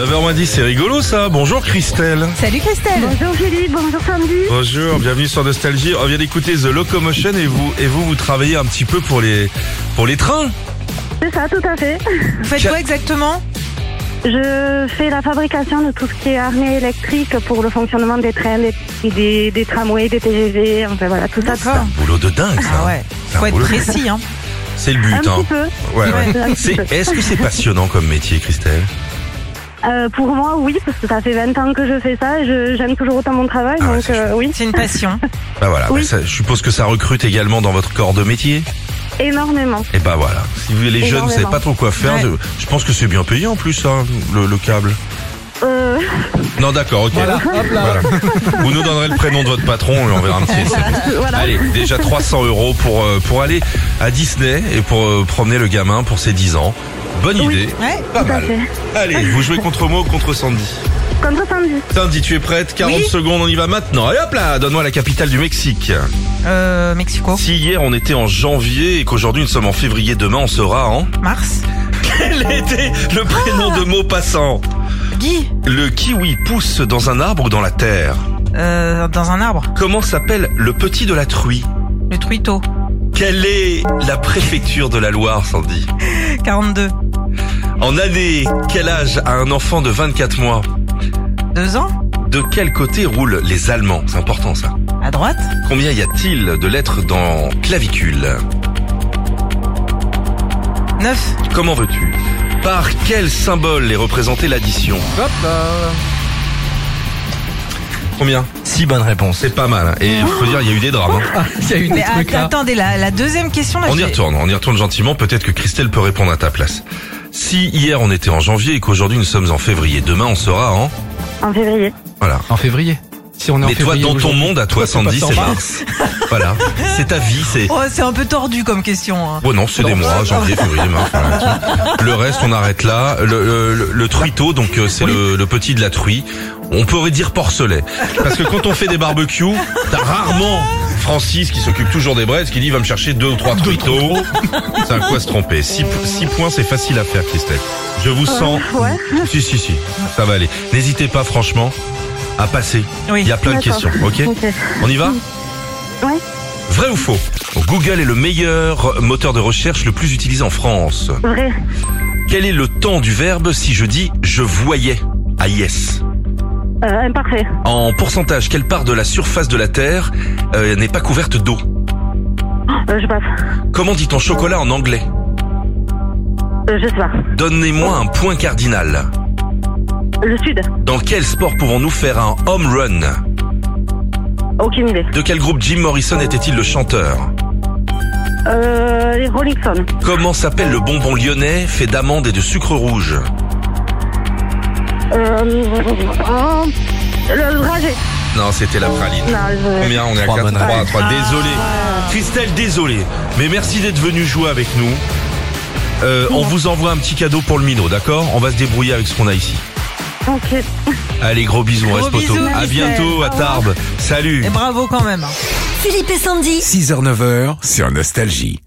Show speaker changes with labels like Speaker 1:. Speaker 1: 9h10, c'est rigolo ça. Bonjour Christelle.
Speaker 2: Salut Christelle
Speaker 3: Bonjour Julie, bonjour samedi.
Speaker 1: Bonjour, bienvenue sur Nostalgie. On vient d'écouter The Locomotion et vous, et vous, vous travaillez un petit peu pour les, pour les trains.
Speaker 3: C'est ça, tout à fait.
Speaker 2: Vous faites quoi exactement
Speaker 3: Je fais la fabrication de tout ce qui est harnais électrique pour le fonctionnement des trains, des, des, des tramways, des TGV, enfin voilà, tout ça. tout ça.
Speaker 1: Boulot de dingue ça.
Speaker 2: Ah ouais,
Speaker 1: C'est un
Speaker 2: faut être
Speaker 1: boulot.
Speaker 2: précis hein
Speaker 1: C'est le but.
Speaker 3: Un
Speaker 1: hein.
Speaker 3: petit peu.
Speaker 1: Ouais, ouais.
Speaker 3: Un petit peu.
Speaker 1: C'est- Est-ce que c'est passionnant comme métier Christelle
Speaker 3: Euh, pour moi, oui, parce que ça fait 20 ans que je fais ça et je- j'aime toujours autant mon travail,
Speaker 1: Ah ouais,
Speaker 3: donc
Speaker 1: c'est
Speaker 3: euh, oui,
Speaker 2: C'est une passion
Speaker 1: Bah voilà,
Speaker 3: Oui.
Speaker 1: bah ça- je suppose que ça recrute également dans votre corps de métier.
Speaker 3: énormément.
Speaker 1: Et bah voilà, si vous, les jeunes ne savez
Speaker 3: Énormément.
Speaker 1: pas trop quoi faire,
Speaker 2: Ouais.
Speaker 1: je, je pense que c'est bien payé en plus hein, le, le câble.
Speaker 3: Euh,
Speaker 1: Non d'accord, ok.
Speaker 4: Voilà, hop là.
Speaker 1: Voilà. Vous nous donnerez le prénom de votre patron et on verra un petit SMS.
Speaker 3: voilà.
Speaker 1: Allez, déjà 300 euros pour, euh, pour aller à Disney et pour euh, promener le gamin pour ses 10 ans. Bonne idée.
Speaker 2: Ouais
Speaker 1: Pas
Speaker 3: tout à
Speaker 1: mal.
Speaker 3: fait.
Speaker 1: Allez, vous jouez contre Mo, contre Sandy.
Speaker 3: Contre samedi.
Speaker 1: Sandy, tu es prête 40
Speaker 2: Oui.
Speaker 1: secondes, on y va maintenant. Allez hop là, donne-moi la capitale du Mexique.
Speaker 2: euh, Mexico
Speaker 1: Si hier on était en janvier et qu'aujourd'hui nous sommes en février, demain on sera en...
Speaker 2: Mars
Speaker 1: Quel était le prénom de mot passant
Speaker 2: Guy
Speaker 1: Le kiwi pousse dans un arbre ou dans la terre
Speaker 2: euh, Dans un arbre
Speaker 1: Comment s'appelle le petit de la truie
Speaker 2: Le truiteau
Speaker 1: Quelle est la préfecture de la Loire, Sandy
Speaker 2: 42
Speaker 1: En année, quel âge a un enfant de 24 mois
Speaker 2: 2 ans
Speaker 1: De quel côté roulent les Allemands C'est important ça.
Speaker 2: À droite
Speaker 1: Combien y a-t-il de lettres dans clavicule
Speaker 2: 9
Speaker 1: Comment veux-tu Par quel symbole est représentée l'addition
Speaker 4: Hop là.
Speaker 1: Combien
Speaker 4: Si bonne réponse.
Speaker 1: C'est pas mal. hein. Et il faut dire, il y a eu des drames. hein.
Speaker 4: Il y a eu des
Speaker 2: Mais
Speaker 4: trucs
Speaker 2: att-
Speaker 4: là.
Speaker 2: attendez, la, la deuxième question là,
Speaker 1: On y
Speaker 2: j'ai-
Speaker 1: retourne, on y retourne gentiment. Peut-être que Christelle peut répondre à ta place. Si hier on était en janvier et qu'aujourd'hui nous sommes en février, demain on sera en...
Speaker 3: En février.
Speaker 1: Voilà.
Speaker 4: En février. Si on est en
Speaker 1: Mais toi,
Speaker 4: février
Speaker 1: dans ton
Speaker 4: aujourd'hui.
Speaker 1: monde, à toi,
Speaker 4: Toi, c'est
Speaker 1: Sandy,
Speaker 4: pas
Speaker 1: c'est
Speaker 4: sympa.
Speaker 1: mars. voilà. C'est ta vie, c'est...
Speaker 2: Oh c'est un peu tordu comme question hein.
Speaker 1: Bon non, c'est des
Speaker 4: Non.
Speaker 1: mois, janvier, février, mars. voilà. Le reste, on arrête là. Le, le, le- le truiteau, donc euh, c'est le, le petit de la truie. On pourrait dire porcelet. Parce que quand on fait des barbecues, t'as rarement Francis qui s'occupe toujours des braises qui dit va me chercher deux ou trois truiteaux. C'est à quoi se tromper. Six, p- six points, c'est facile à faire, Christelle. Je vous sens.
Speaker 3: ouais.
Speaker 1: Si, si, si. Ça va aller. N'hésitez pas, franchement, à passer.
Speaker 2: Oui.
Speaker 1: Il y a plein de
Speaker 3: D'accord.
Speaker 1: questions, ok
Speaker 3: Ok.
Speaker 1: On y va
Speaker 3: Ouais.
Speaker 1: Vrai ou faux Google est le meilleur moteur de recherche le plus utilisé en France.
Speaker 3: Vrai.
Speaker 1: Quel est le temps du verbe si je dis je voyais à yes
Speaker 3: Euh, imparfait.
Speaker 1: En pourcentage, quelle part de la surface de la Terre euh, n'est pas couverte d'eau
Speaker 3: Euh, je passe.
Speaker 1: Comment dit-on chocolat en anglais
Speaker 3: Euh, je sais pas.
Speaker 1: Donnez-moi un point cardinal.
Speaker 3: Le sud.
Speaker 1: Dans quel sport pouvons-nous faire un home run
Speaker 3: Aucune idée.
Speaker 1: De quel groupe Jim Morrison était-il le chanteur
Speaker 3: Euh, les Rolling Stones.
Speaker 1: Comment s'appelle le bonbon lyonnais fait d'amandes et de sucre rouge
Speaker 3: Euh, oh, le dragé.
Speaker 1: Non, c'était la praline.
Speaker 3: Non, je...
Speaker 1: Combien On est à
Speaker 4: Trois
Speaker 1: 4,
Speaker 4: bonnes Ah.
Speaker 1: 3 à
Speaker 4: réponses.
Speaker 1: 3. Désolé. Christelle, désolé. Mais merci d'être venu jouer avec nous. Euh, on vous envoie un petit cadeau pour le minot, d'accord On va se débrouiller avec ce qu'on a ici.
Speaker 3: Ok.
Speaker 1: Allez, gros bisous,
Speaker 2: Gros
Speaker 1: reste poteau.
Speaker 2: bisous,
Speaker 1: À
Speaker 2: Christelle.
Speaker 1: bientôt, à Tarbes. Salut.
Speaker 2: Et bravo quand même hein.
Speaker 5: Philippe et Sandy.
Speaker 6: 6h-9h sur Nostalgie.